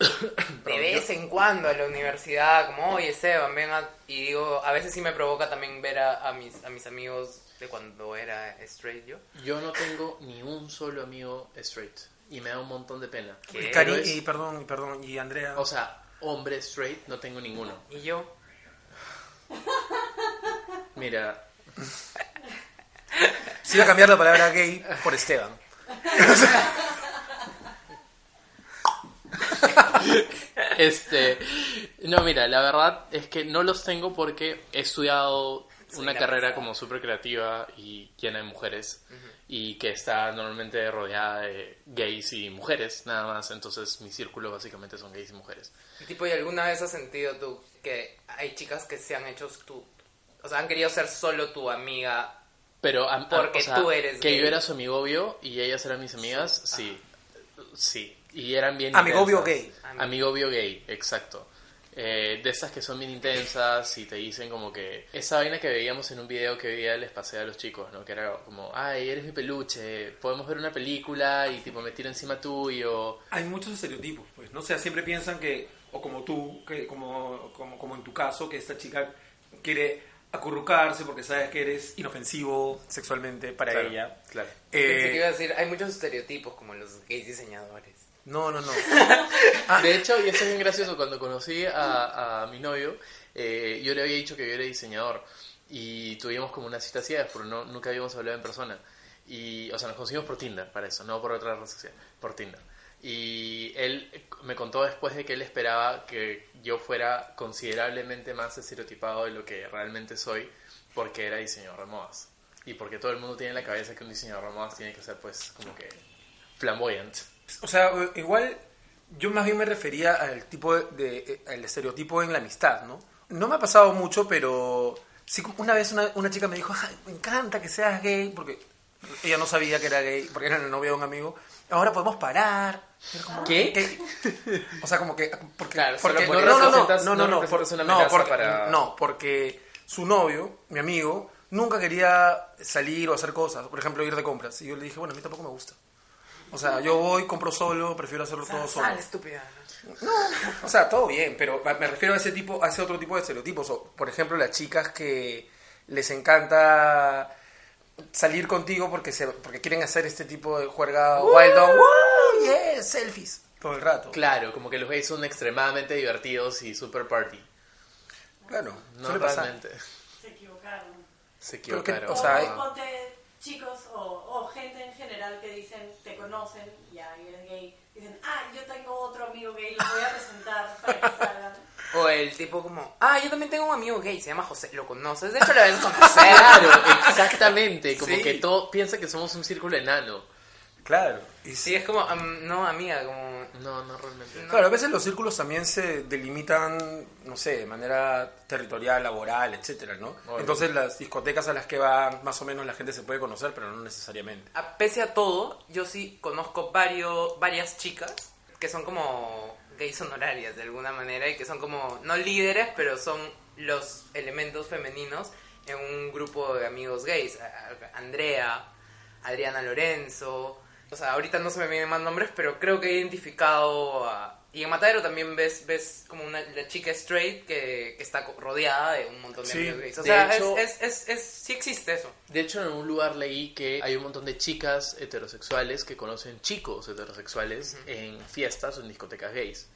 [SPEAKER 1] Perdón,
[SPEAKER 3] vez
[SPEAKER 1] yo-
[SPEAKER 3] en cuando a la universidad, como, oye, Seban, ven a... Y digo, a veces sí me provoca también ver a, a mis, a mis amigos de cuando era straight yo.
[SPEAKER 1] Yo no tengo ni un solo amigo straight. Y me da un montón de pena.
[SPEAKER 3] ¿Qué?
[SPEAKER 2] Y,
[SPEAKER 1] Pero
[SPEAKER 2] Cari-
[SPEAKER 1] es-
[SPEAKER 2] y perdón, y perdón, y Andrea.
[SPEAKER 1] O sea, hombre straight no tengo ninguno.
[SPEAKER 3] Y yo,
[SPEAKER 1] Mira,
[SPEAKER 2] Si iba a cambiar la palabra gay por Esteban.
[SPEAKER 1] este. No, mira, la verdad es que no los tengo porque he estudiado una
[SPEAKER 3] la
[SPEAKER 1] carrera
[SPEAKER 3] pesada.
[SPEAKER 1] como súper creativa y llena de mujeres. Y que está normalmente rodeada de gays y mujeres, nada más. Entonces, mi círculo básicamente son gays y mujeres.
[SPEAKER 3] tipo, ¿y alguna vez has sentido tú que hay chicas que se han hecho tú? O sea, han querido ser solo tu amiga.
[SPEAKER 1] Pero a- a-
[SPEAKER 3] Porque
[SPEAKER 1] o sea,
[SPEAKER 3] tú eres
[SPEAKER 1] que
[SPEAKER 3] gay.
[SPEAKER 1] yo era su amigo obvio y ellas eran mis amigas, sí. Sí. Y eran bien
[SPEAKER 2] Amigo obvio
[SPEAKER 1] intensas.
[SPEAKER 3] gay. Ami-
[SPEAKER 1] Amigo obvio gay, exacto. Eh, de esas que son bien intensas y te dicen como que esa vaina que veíamos en un video que hoy día les pasé a los chicos, ¿no? Que era como, ay, eres mi peluche, podemos ver una película y tipo me tiro encima tuyo.
[SPEAKER 4] hay muchos estereotipos, pues, ¿no? O sea, siempre piensan que, o como tú, que como, como, como en tu caso, que esta chica quiere acurrucarse porque sabes que eres
[SPEAKER 2] Inofensivo sexualmente para ella.
[SPEAKER 1] Claro.
[SPEAKER 3] Pensé que iba
[SPEAKER 2] Eh,
[SPEAKER 3] a decir, hay muchos estereotipos como los gays diseñadores.
[SPEAKER 2] no, no, no.
[SPEAKER 1] De hecho, y eso es bien gracioso, cuando conocí a, a mi novio, eh, yo le había dicho que yo era diseñador y tuvimos como una cita ciegas, pero no, nunca habíamos hablado en persona. Y, o sea, nos conocimos por Tinder, para eso, no por otra red social, por Tinder. Y él eh, me contó después de que él esperaba que yo fuera considerablemente más estereotipado de lo que realmente soy, porque era diseñador de modas. Y porque todo el mundo tiene en la cabeza que un diseñador de modas tiene que ser, pues, como que flamboyant.
[SPEAKER 2] O sea, igual yo más bien me refería al tipo de, de- al estereotipo en la amistad, ¿no? No me ha pasado mucho, pero sí como una vez una, una chica me dijo, "Ay, me encanta que seas gay, porque ella no sabía que era gay, porque era la novia de un amigo. Ahora podemos parar. Y era como,
[SPEAKER 1] ¿Qué?
[SPEAKER 2] O sea, como que porque,
[SPEAKER 1] Claro,
[SPEAKER 2] porque-
[SPEAKER 1] solo por
[SPEAKER 2] no,
[SPEAKER 1] eso
[SPEAKER 2] no, no,
[SPEAKER 1] representas-
[SPEAKER 2] no, no,
[SPEAKER 1] no
[SPEAKER 2] no, por-
[SPEAKER 1] representas una
[SPEAKER 2] no,
[SPEAKER 1] amenaza
[SPEAKER 2] porque-
[SPEAKER 1] para-
[SPEAKER 2] no, porque su novio, mi amigo, nunca quería salir o hacer cosas, por ejemplo, ir de compras. Y yo le dije, bueno, a mí tampoco me gusta. O sea, yo voy, compro solo, prefiero hacerlo todo solo.
[SPEAKER 3] Sal, estúpida.
[SPEAKER 2] O sea, todo bien, pero me refiero a ese tipo, a ese otro tipo de estereotipos. O, por ejemplo, las chicas que les encanta salir contigo porque se, porque quieren hacer este tipo de juerga wild dog, ¡Woo! yeah, selfies todo el rato.
[SPEAKER 1] Claro, como que los gays son extremadamente divertidos y super party.
[SPEAKER 2] Claro,
[SPEAKER 1] No
[SPEAKER 2] suele pasar.
[SPEAKER 1] realmente.
[SPEAKER 5] Se equivocaron.
[SPEAKER 1] Se
[SPEAKER 2] Pero que-
[SPEAKER 1] equivocaron.
[SPEAKER 2] o sea, eh, hay-
[SPEAKER 5] o, o te- chicos o, o gente en general que dicen, te conocen, ya eres gay, dicen, ah, yo tengo otro amigo gay, lo voy a presentar para que salgan.
[SPEAKER 3] O el tipo como, ah, yo también tengo un amigo gay, se llama José. ¿Lo conoces? De hecho, lo debes conocer.
[SPEAKER 1] Claro, exactamente. Como
[SPEAKER 3] Sí.
[SPEAKER 1] que todo piensa que somos un círculo enano.
[SPEAKER 2] Claro. Y
[SPEAKER 3] Sí, es como, am, no, amiga, como...
[SPEAKER 1] No, no realmente.
[SPEAKER 3] No.
[SPEAKER 2] Claro, a veces los círculos también se delimitan, no sé, de manera territorial, laboral, etcétera, ¿no?
[SPEAKER 1] Obvio.
[SPEAKER 2] Entonces las discotecas a las que van, más o menos la gente se puede conocer, pero no necesariamente.
[SPEAKER 3] A- pese a todo, yo sí conozco varios, varias chicas que son como gays honorarias de alguna manera y que son como, no líderes, pero son los elementos femeninos en un grupo de amigos gays. A- a- Andrea, Adriana Lorenzo. O sea, ahorita no se me vienen más nombres, pero creo que he identificado a... Y en Matadero también ves, ves como una, la chica straight que, que está co- rodeada de un montón de
[SPEAKER 2] Sí,
[SPEAKER 3] amigos gays. O
[SPEAKER 1] de
[SPEAKER 3] sea,
[SPEAKER 1] hecho-
[SPEAKER 3] es, es, es, es, sí existe eso.
[SPEAKER 1] De hecho, en un lugar leí que hay un montón de chicas heterosexuales que conocen chicos heterosexuales en fiestas o en discotecas gays.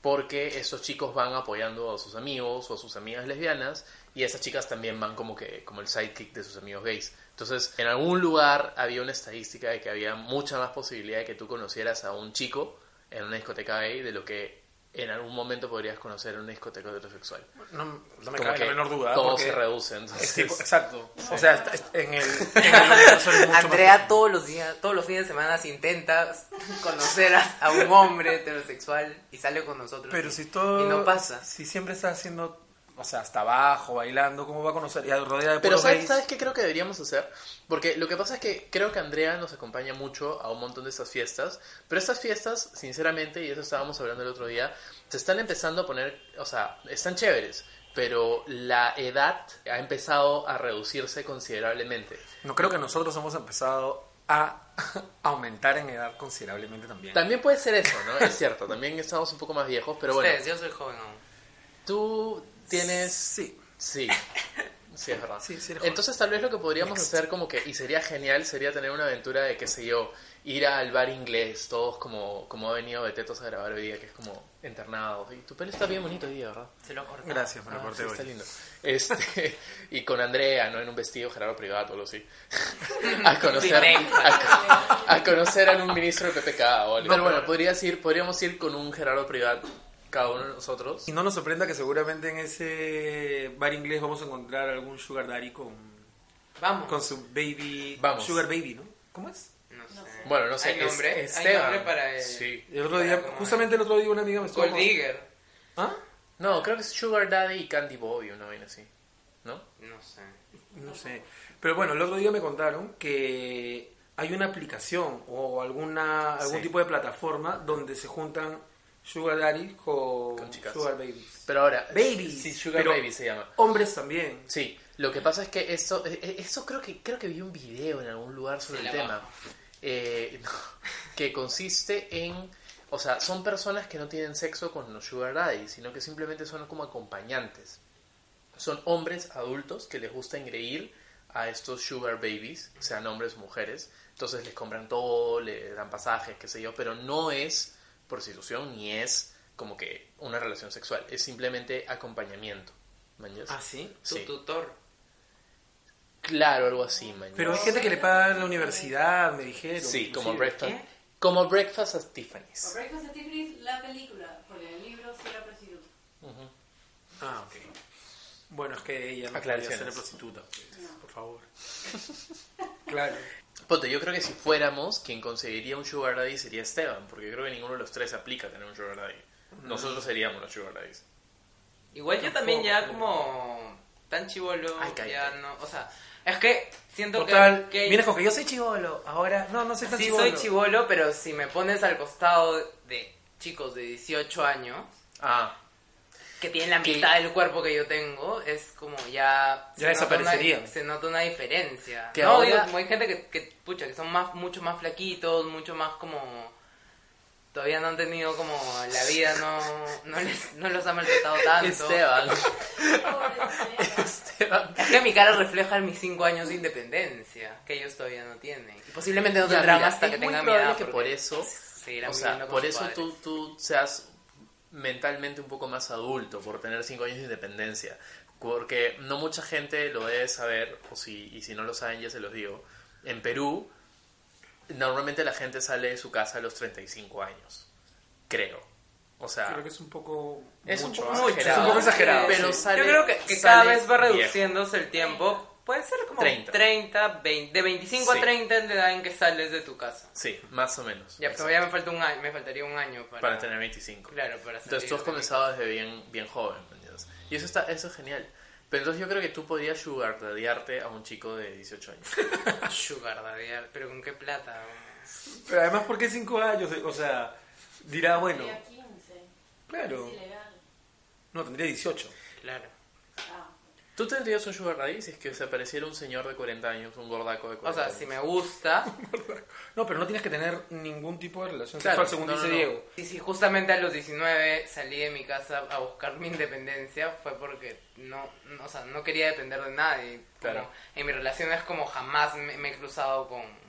[SPEAKER 1] Porque esos chicos van apoyando a sus amigos o a sus amigas lesbianas y esas chicas también van como que como el sidekick de sus amigos gays. Entonces, en algún lugar había una estadística de que había mucha más posibilidad de que tú conocieras a un chico en una discoteca gay de lo que en algún momento podrías conocer en una discoteca heterosexual.
[SPEAKER 2] No, no me
[SPEAKER 1] Como
[SPEAKER 2] cabe la
[SPEAKER 1] que
[SPEAKER 2] menor duda.
[SPEAKER 1] todo
[SPEAKER 2] porque
[SPEAKER 1] se reduce.
[SPEAKER 2] es
[SPEAKER 1] Entonces,
[SPEAKER 2] tipo- exacto. O sea, est- est- en el, en el universo es mucho más-
[SPEAKER 3] Andrea todos los días, todos los fines de semana intenta conocer a, a un hombre heterosexual y sale con nosotros.
[SPEAKER 2] Pero
[SPEAKER 3] y,
[SPEAKER 2] si todo...
[SPEAKER 3] y no pasa.
[SPEAKER 2] Si siempre está haciendo, o sea, hasta abajo, bailando, ¿cómo va a conocer? Y rodeada
[SPEAKER 1] Pero
[SPEAKER 2] de puros
[SPEAKER 1] ¿sabes,
[SPEAKER 2] gays.
[SPEAKER 1] ¿sabes qué creo que deberíamos hacer? Porque lo que pasa es que creo que Andrea nos acompaña mucho a un montón de estas fiestas, pero estas fiestas, sinceramente, y eso estábamos hablando el otro día, se están empezando a poner, o sea, están chéveres, pero la edad ha empezado a reducirse considerablemente.
[SPEAKER 2] No creo que nosotros hemos empezado a aumentar en edad considerablemente también.
[SPEAKER 1] También puede ser eso, ¿no? Es cierto, también estamos un poco más viejos, pero bueno,
[SPEAKER 3] Ustedes, yo soy joven aún.
[SPEAKER 1] tú tienes...
[SPEAKER 2] Sí.
[SPEAKER 1] Sí. Sí, es verdad.
[SPEAKER 2] Sí, sí, eres joven.
[SPEAKER 1] Entonces tal vez lo que podríamos
[SPEAKER 2] Next.
[SPEAKER 1] hacer como que, y sería genial, sería tener una aventura de, qué sé yo, ir al bar inglés, todos como, como ha venido Betetos a grabar hoy día, que es como internados. Y tu pelo está bien bonito hoy día, ¿verdad?
[SPEAKER 3] Se lo corto.
[SPEAKER 2] Gracias, me lo
[SPEAKER 1] Ah,
[SPEAKER 2] corté
[SPEAKER 1] sí,
[SPEAKER 2] hoy.
[SPEAKER 1] está lindo. Este, y con Andrea, ¿no? En un vestido Gerardo Privado, algo así. A conocer,
[SPEAKER 3] Sí, me-
[SPEAKER 1] a, a conocer a un ministro de PPK o algo. Pero bueno,
[SPEAKER 2] pero-
[SPEAKER 1] podrías ir, podríamos ir con un Gerardo Privado, cada uno de nosotros.
[SPEAKER 2] Y no nos sorprenda que seguramente en ese bar inglés vamos a encontrar algún sugar daddy con,
[SPEAKER 3] Vamos.
[SPEAKER 2] con su baby...
[SPEAKER 1] Vamos.
[SPEAKER 2] Sugar baby, ¿no? ¿Cómo es?
[SPEAKER 3] No sé.
[SPEAKER 1] Bueno, no sé.
[SPEAKER 3] Hay nombre,
[SPEAKER 1] es-
[SPEAKER 3] hay
[SPEAKER 1] Esteban.
[SPEAKER 3] nombre para el
[SPEAKER 1] Sí.
[SPEAKER 2] El otro día,
[SPEAKER 3] Para-
[SPEAKER 2] justamente el otro día una amiga me estuvo...
[SPEAKER 3] Gold Digger.
[SPEAKER 2] ¿Ah?
[SPEAKER 1] No, creo que es Sugar Daddy y Candy Boy, una vaina así. ¿No?
[SPEAKER 3] No sé.
[SPEAKER 2] No sé. Pero bueno, el otro día me contaron que hay una aplicación o alguna algún
[SPEAKER 1] Sí.
[SPEAKER 2] tipo de plataforma donde se juntan sugar daddy con,
[SPEAKER 1] Con chicas.
[SPEAKER 2] sugar babies.
[SPEAKER 1] Pero ahora.
[SPEAKER 2] Babies.
[SPEAKER 1] Sí, Sugar
[SPEAKER 2] Pero-
[SPEAKER 1] Baby se llama.
[SPEAKER 2] Hombres también.
[SPEAKER 1] Sí, lo que pasa es que eso, eh, eh, eso creo que creo que vi un video en algún lugar sobre
[SPEAKER 3] Se
[SPEAKER 1] el
[SPEAKER 3] la
[SPEAKER 1] tema. Eh, no, que consiste en. O sea, son personas que no tienen sexo con los Sugar Daddy, sino que simplemente son como acompañantes. Son hombres adultos que les gusta engreír a estos Sugar Babies, sean hombres o mujeres. Entonces les compran todo, le dan pasajes, qué sé yo, pero no es prostitución ni es como que una relación sexual, es simplemente acompañamiento. ¿Mañas?
[SPEAKER 2] Ah, sí.
[SPEAKER 3] Tu
[SPEAKER 1] Sí.
[SPEAKER 3] tutor.
[SPEAKER 1] Claro, algo así, mañana.
[SPEAKER 2] Pero hay gente que le paga en la universidad, me dijeron.
[SPEAKER 1] sí, como
[SPEAKER 2] inclusive.
[SPEAKER 1] breakfast.
[SPEAKER 3] ¿Qué?
[SPEAKER 1] Como breakfast at
[SPEAKER 5] O
[SPEAKER 1] Tiffany's.
[SPEAKER 5] Breakfast at Tiffany's, la película, porque el libro sí era prostituta.
[SPEAKER 2] Ah, ok. Bueno, es que ella no podía
[SPEAKER 1] Aclaraciones.
[SPEAKER 2] ser prostituta, pues, por favor. claro.
[SPEAKER 1] Ponte, yo creo que si fuéramos, quien conseguiría un sugar daddy sería Esteban, porque creo que ninguno de los tres aplica tener un sugar daddy.
[SPEAKER 3] Mm.
[SPEAKER 1] Nosotros seríamos los sugar daddies.
[SPEAKER 3] Igual yo también ya como tan chivolo,
[SPEAKER 1] Ay, cállate.
[SPEAKER 3] ya no, o sea, es que siento que-
[SPEAKER 2] Total,
[SPEAKER 3] que,
[SPEAKER 2] vienes con que yo soy chivolo, ahora... No, no soy tan
[SPEAKER 3] Sí
[SPEAKER 2] chivolo.
[SPEAKER 3] soy chivolo, pero si me pones al costado de chicos de 18 años
[SPEAKER 1] Ah,
[SPEAKER 3] que tienen la
[SPEAKER 1] Que-
[SPEAKER 3] mitad del cuerpo que yo tengo, es como ya...
[SPEAKER 2] Ya
[SPEAKER 3] se nota una-
[SPEAKER 2] desaparecerían.
[SPEAKER 3] se nota una diferencia.
[SPEAKER 1] Que
[SPEAKER 3] no,
[SPEAKER 1] ahora-
[SPEAKER 3] digo, como hay gente que, que, pucha, que son más, mucho más flaquitos, mucho más como... Todavía no han tenido como la vida, no, no, les- no los ha maltratado tanto.
[SPEAKER 1] Ah, Esteban.
[SPEAKER 5] Pobre
[SPEAKER 1] Esteban.
[SPEAKER 3] Es que mi cara refleja mis 5 años de independencia, que ellos todavía no tienen. Y posiblemente no
[SPEAKER 1] Ya,
[SPEAKER 3] tendrán
[SPEAKER 1] mira,
[SPEAKER 3] hasta
[SPEAKER 1] es
[SPEAKER 3] que
[SPEAKER 1] muy
[SPEAKER 3] tengan mi
[SPEAKER 1] probable
[SPEAKER 3] edad.
[SPEAKER 1] que
[SPEAKER 3] porque
[SPEAKER 1] por eso-
[SPEAKER 3] seguirán
[SPEAKER 1] O sea,
[SPEAKER 3] viviendo con
[SPEAKER 1] por
[SPEAKER 3] sus
[SPEAKER 1] eso
[SPEAKER 3] padres.
[SPEAKER 1] tú, tú seas mentalmente un poco más adulto por tener 5 años de independencia. Porque no mucha gente lo debe saber, o si, y si no lo saben ya se los digo. En Perú, normalmente la gente sale de su casa a los 35 años, creo. O sea,
[SPEAKER 2] Creo que es un poco...
[SPEAKER 1] es, un
[SPEAKER 2] mucho,
[SPEAKER 1] poco
[SPEAKER 2] ¿ah?
[SPEAKER 1] exagerado.
[SPEAKER 2] Es un poco exagerado.
[SPEAKER 1] Pero
[SPEAKER 2] sí.
[SPEAKER 1] sale-
[SPEAKER 3] Yo creo que, que
[SPEAKER 1] sale
[SPEAKER 3] cada vez va
[SPEAKER 1] viejo.
[SPEAKER 3] reduciéndose el tiempo. Pueden ser como
[SPEAKER 1] 30.
[SPEAKER 3] 30, 20, de 25
[SPEAKER 1] Sí.
[SPEAKER 3] a 30 es la edad en que sales de tu casa.
[SPEAKER 1] Sí, más o menos.
[SPEAKER 3] Ya, pero ya me falta un año, me faltaría un año para,
[SPEAKER 1] Para tener 25.
[SPEAKER 3] Claro, para
[SPEAKER 1] Entonces tú has comenzado desde bien, bien joven, ¿me entiendes? Y eso está, eso es genial. Pero entonces yo creo que tú podrías sugardadiarte a un chico de 18 años.
[SPEAKER 3] Sugar daddy, pero con qué plata.
[SPEAKER 2] Pero además, ¿por qué cinco años? O sea, dirá, bueno,
[SPEAKER 5] Tenía 15.
[SPEAKER 2] claro.
[SPEAKER 5] Es ilegal.
[SPEAKER 2] No, tendría 18.
[SPEAKER 3] Claro.
[SPEAKER 5] Ah,
[SPEAKER 1] ¿Tú tendrías un sugar daddy si es que se apareciera un señor de 40 años, un gordaco de
[SPEAKER 3] O
[SPEAKER 1] 40
[SPEAKER 3] sea,
[SPEAKER 1] años?
[SPEAKER 3] si me gusta,
[SPEAKER 2] No, pero no tienes que tener ningún tipo de relación
[SPEAKER 1] Claro,
[SPEAKER 2] sexual, según
[SPEAKER 1] no, no,
[SPEAKER 2] dice
[SPEAKER 1] no.
[SPEAKER 2] Diego.
[SPEAKER 3] y si justamente a los 19 salí de mi casa a buscar mi independencia, fue porque no, no- o sea, no quería depender de nadie. Como
[SPEAKER 1] Claro.
[SPEAKER 3] En mis relaciones como jamás me, me he cruzado con...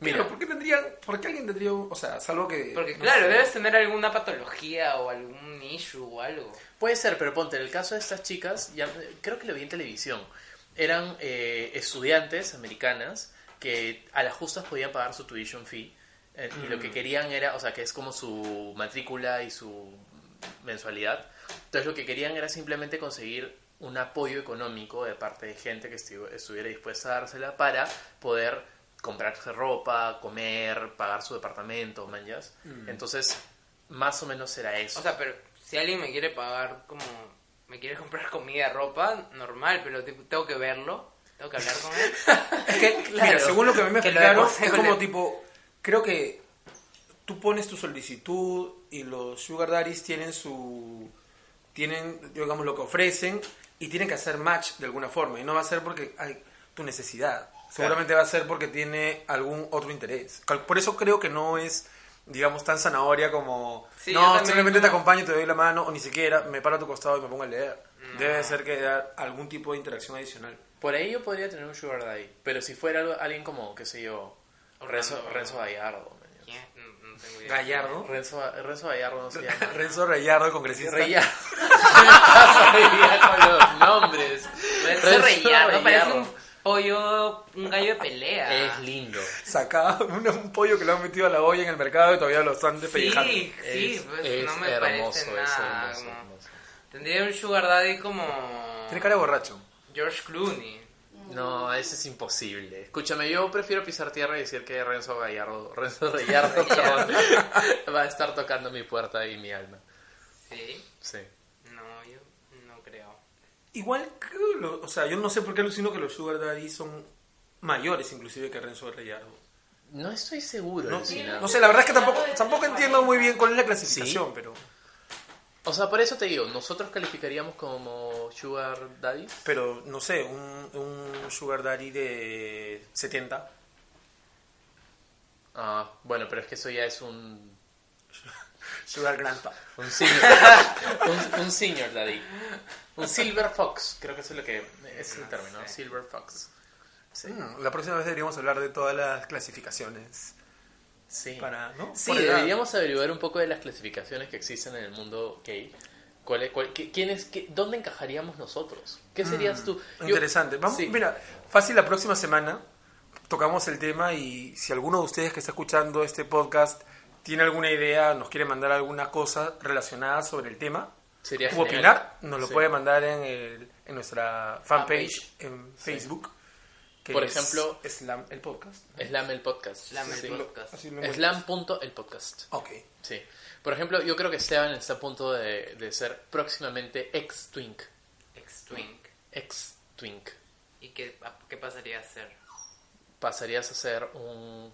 [SPEAKER 1] Mira,
[SPEAKER 2] Claro, ¿por qué tendría, por qué alguien tendría, un- o sea, salvo que...
[SPEAKER 3] Porque
[SPEAKER 2] no
[SPEAKER 3] claro,
[SPEAKER 2] sé.
[SPEAKER 3] debes tener alguna patología o algún issue o algo.
[SPEAKER 1] Puede ser, pero ponte, en el caso de estas chicas, ya, creo que lo vi en televisión, eran eh, estudiantes americanas que a las justas podían pagar su tuition fee eh, y lo que querían era, o sea, que es como su matrícula y su mensualidad. Entonces lo que querían era simplemente conseguir un apoyo económico de parte de gente que estu- estuviera dispuesta a dársela para poder comprarse ropa, comer, pagar su departamento, manjas. Entonces, más o menos era eso.
[SPEAKER 3] O sea, pero si alguien me quiere pagar como... Me quiere comprar comida, ropa, normal, pero tipo, tengo que verlo, tengo que hablar con él.
[SPEAKER 2] Es que, mira,
[SPEAKER 1] Claro.
[SPEAKER 2] según lo que a mí me
[SPEAKER 3] Que lo
[SPEAKER 2] explicaron,
[SPEAKER 3] de
[SPEAKER 2] es
[SPEAKER 3] consejo
[SPEAKER 2] como
[SPEAKER 3] le-
[SPEAKER 2] tipo, creo que tú pones tu solicitud y los sugar daddies tienen su, tienen, digamos, lo que ofrecen y tienen que hacer match de alguna forma y no va a ser porque hay tu necesidad, seguramente va a ser porque tiene algún otro interés. Cal- Por eso creo que no es digamos tan zanahoria como
[SPEAKER 3] Sí, yo
[SPEAKER 2] no
[SPEAKER 3] también
[SPEAKER 2] simplemente te
[SPEAKER 3] como-
[SPEAKER 2] acompaño y te doy la mano o ni siquiera me paro a tu costado y me pongo a leer debe ser que haya algún tipo de interacción adicional
[SPEAKER 1] Por ahí yo podría tener un sugar daddy, pero si fuera algo- alguien como, qué sé yo, Renzo,
[SPEAKER 3] Orlando.
[SPEAKER 1] Renzo Gallardo. man.
[SPEAKER 3] ¿Quién? No, no tengo idea.
[SPEAKER 2] Gallardo
[SPEAKER 1] Renzo, Renzo Gallardo no se llama.
[SPEAKER 2] Renzo Rayardo, el congresista.
[SPEAKER 1] Gallardo. ¿Qué me pasa hoy día con los nombres?
[SPEAKER 3] Renzo Reyardo, parece un pollo, un gallo de pelea.
[SPEAKER 1] Es lindo.
[SPEAKER 2] Sacaba un, un pollo que lo han metido a la olla en el mercado y todavía lo están despellejando.
[SPEAKER 3] Sí, sí,
[SPEAKER 1] es,
[SPEAKER 3] pues
[SPEAKER 1] es
[SPEAKER 3] no me
[SPEAKER 1] hermoso,
[SPEAKER 3] parece
[SPEAKER 1] es
[SPEAKER 3] nada.
[SPEAKER 1] hermoso,
[SPEAKER 3] como-
[SPEAKER 1] hermoso.
[SPEAKER 3] Tendría un sugar daddy como
[SPEAKER 2] Tiene cara de borracho.
[SPEAKER 3] George Clooney.
[SPEAKER 1] No, eso es imposible. Escúchame, yo prefiero pisar tierra y decir que Renzo Gallardo, Renzo Gallardo, perdón, va a estar tocando mi puerta y mi alma.
[SPEAKER 3] Sí,
[SPEAKER 1] Sí.
[SPEAKER 3] no, yo no creo.
[SPEAKER 2] Igual, que lo- o sea, yo no sé por qué alucino que los Sugar Daddy son mayores inclusive que Renzo Rayardo.
[SPEAKER 1] No estoy seguro,
[SPEAKER 2] No,
[SPEAKER 1] Lucina.
[SPEAKER 2] no sé, la verdad es que tampoco, tampoco entiendo muy bien cuál es la clasificación,
[SPEAKER 1] Sí.
[SPEAKER 2] pero,
[SPEAKER 1] O sea, por eso te digo, nosotros calificaríamos como Sugar Daddy.
[SPEAKER 2] pero no sé, un, un Sugar Daddy de 70.
[SPEAKER 1] Ah, bueno, pero es que eso ya es un.
[SPEAKER 2] Sugar Grandpa.
[SPEAKER 1] Un senior. un, un senior daddy. Un Silver Fox, creo que eso es lo que. Es el
[SPEAKER 3] No
[SPEAKER 1] término,
[SPEAKER 3] sé.
[SPEAKER 1] Silver Fox. Sí.
[SPEAKER 2] Mm, la próxima vez deberíamos hablar de todas las clasificaciones.
[SPEAKER 1] Sí.
[SPEAKER 2] Para, ¿no?
[SPEAKER 1] Sí,
[SPEAKER 2] Por edad.
[SPEAKER 1] deberíamos averiguar un poco de las clasificaciones que existen en el mundo gay. ¿Cuál, es- cuál- qué- quién es- qué- ¿Dónde encajaríamos nosotros? ¿Qué serías tú? Yo-
[SPEAKER 2] Interesante. Vamos,
[SPEAKER 1] Sí.
[SPEAKER 2] mira, fácil la próxima semana tocamos el tema y si alguno de ustedes que está escuchando este podcast tiene alguna idea, nos quiere mandar alguna cosa relacionada sobre el tema
[SPEAKER 1] Sería
[SPEAKER 2] u
[SPEAKER 1] genial.
[SPEAKER 2] opinar, nos lo
[SPEAKER 1] Sí.
[SPEAKER 2] puede mandar en, el- en nuestra fanpage
[SPEAKER 3] Fanpage.
[SPEAKER 2] en Facebook. que
[SPEAKER 1] Por
[SPEAKER 2] es
[SPEAKER 1] ejemplo-
[SPEAKER 2] Slam el podcast.
[SPEAKER 1] Slam el podcast.
[SPEAKER 3] Slam el
[SPEAKER 1] Sí.
[SPEAKER 3] podcast.
[SPEAKER 2] Así lo hemos-
[SPEAKER 1] Slam.elpodcast.
[SPEAKER 2] Ok.
[SPEAKER 1] Sí. Por ejemplo, yo creo que Esteban está a punto de, de ser próximamente ex-twink.
[SPEAKER 3] Ex-twink.
[SPEAKER 1] Ex-twink.
[SPEAKER 3] ¿Y qué, a- qué pasaría a ser?
[SPEAKER 1] Pasarías a ser un...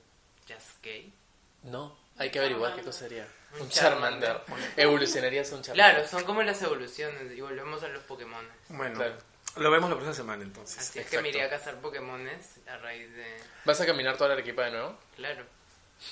[SPEAKER 3] ¿Just gay?
[SPEAKER 1] No, hay que averiguar qué cosa sería.
[SPEAKER 3] Un
[SPEAKER 1] Un Charmander. Evolucionarías a un Charmander.
[SPEAKER 3] Claro, son como las evoluciones y volvemos a los Pokémon.
[SPEAKER 2] Bueno,
[SPEAKER 1] Claro.
[SPEAKER 2] lo vemos la próxima semana entonces.
[SPEAKER 3] Así es
[SPEAKER 1] exacto.
[SPEAKER 3] que me iría a cazar Pokémones a raíz de...
[SPEAKER 1] ¿Vas a caminar toda la Arequipa de nuevo?
[SPEAKER 3] Claro,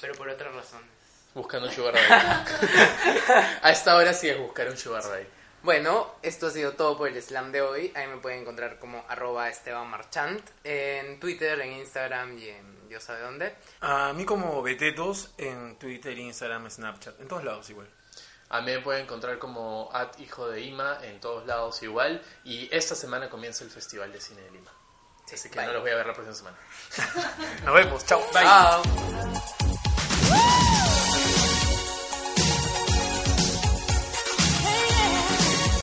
[SPEAKER 3] pero por otras razones.
[SPEAKER 1] Buscando un sugar daddy. a esta hora sí es buscar un sugar daddy.
[SPEAKER 3] Bueno, esto ha sido todo por el slam de hoy. Ahí me pueden encontrar como arroba Esteban Marchant en Twitter, en Instagram y en Dios sabe dónde.
[SPEAKER 2] A mí como Betetos en Twitter, Instagram, Snapchat, en todos lados igual.
[SPEAKER 1] A mí me pueden encontrar como at hijo de Ima en todos lados igual. Y esta semana comienza el Festival de Cine de Lima. Así que
[SPEAKER 3] bye.
[SPEAKER 1] no los voy a ver la próxima semana.
[SPEAKER 2] Nos vemos, chao.
[SPEAKER 3] Chao.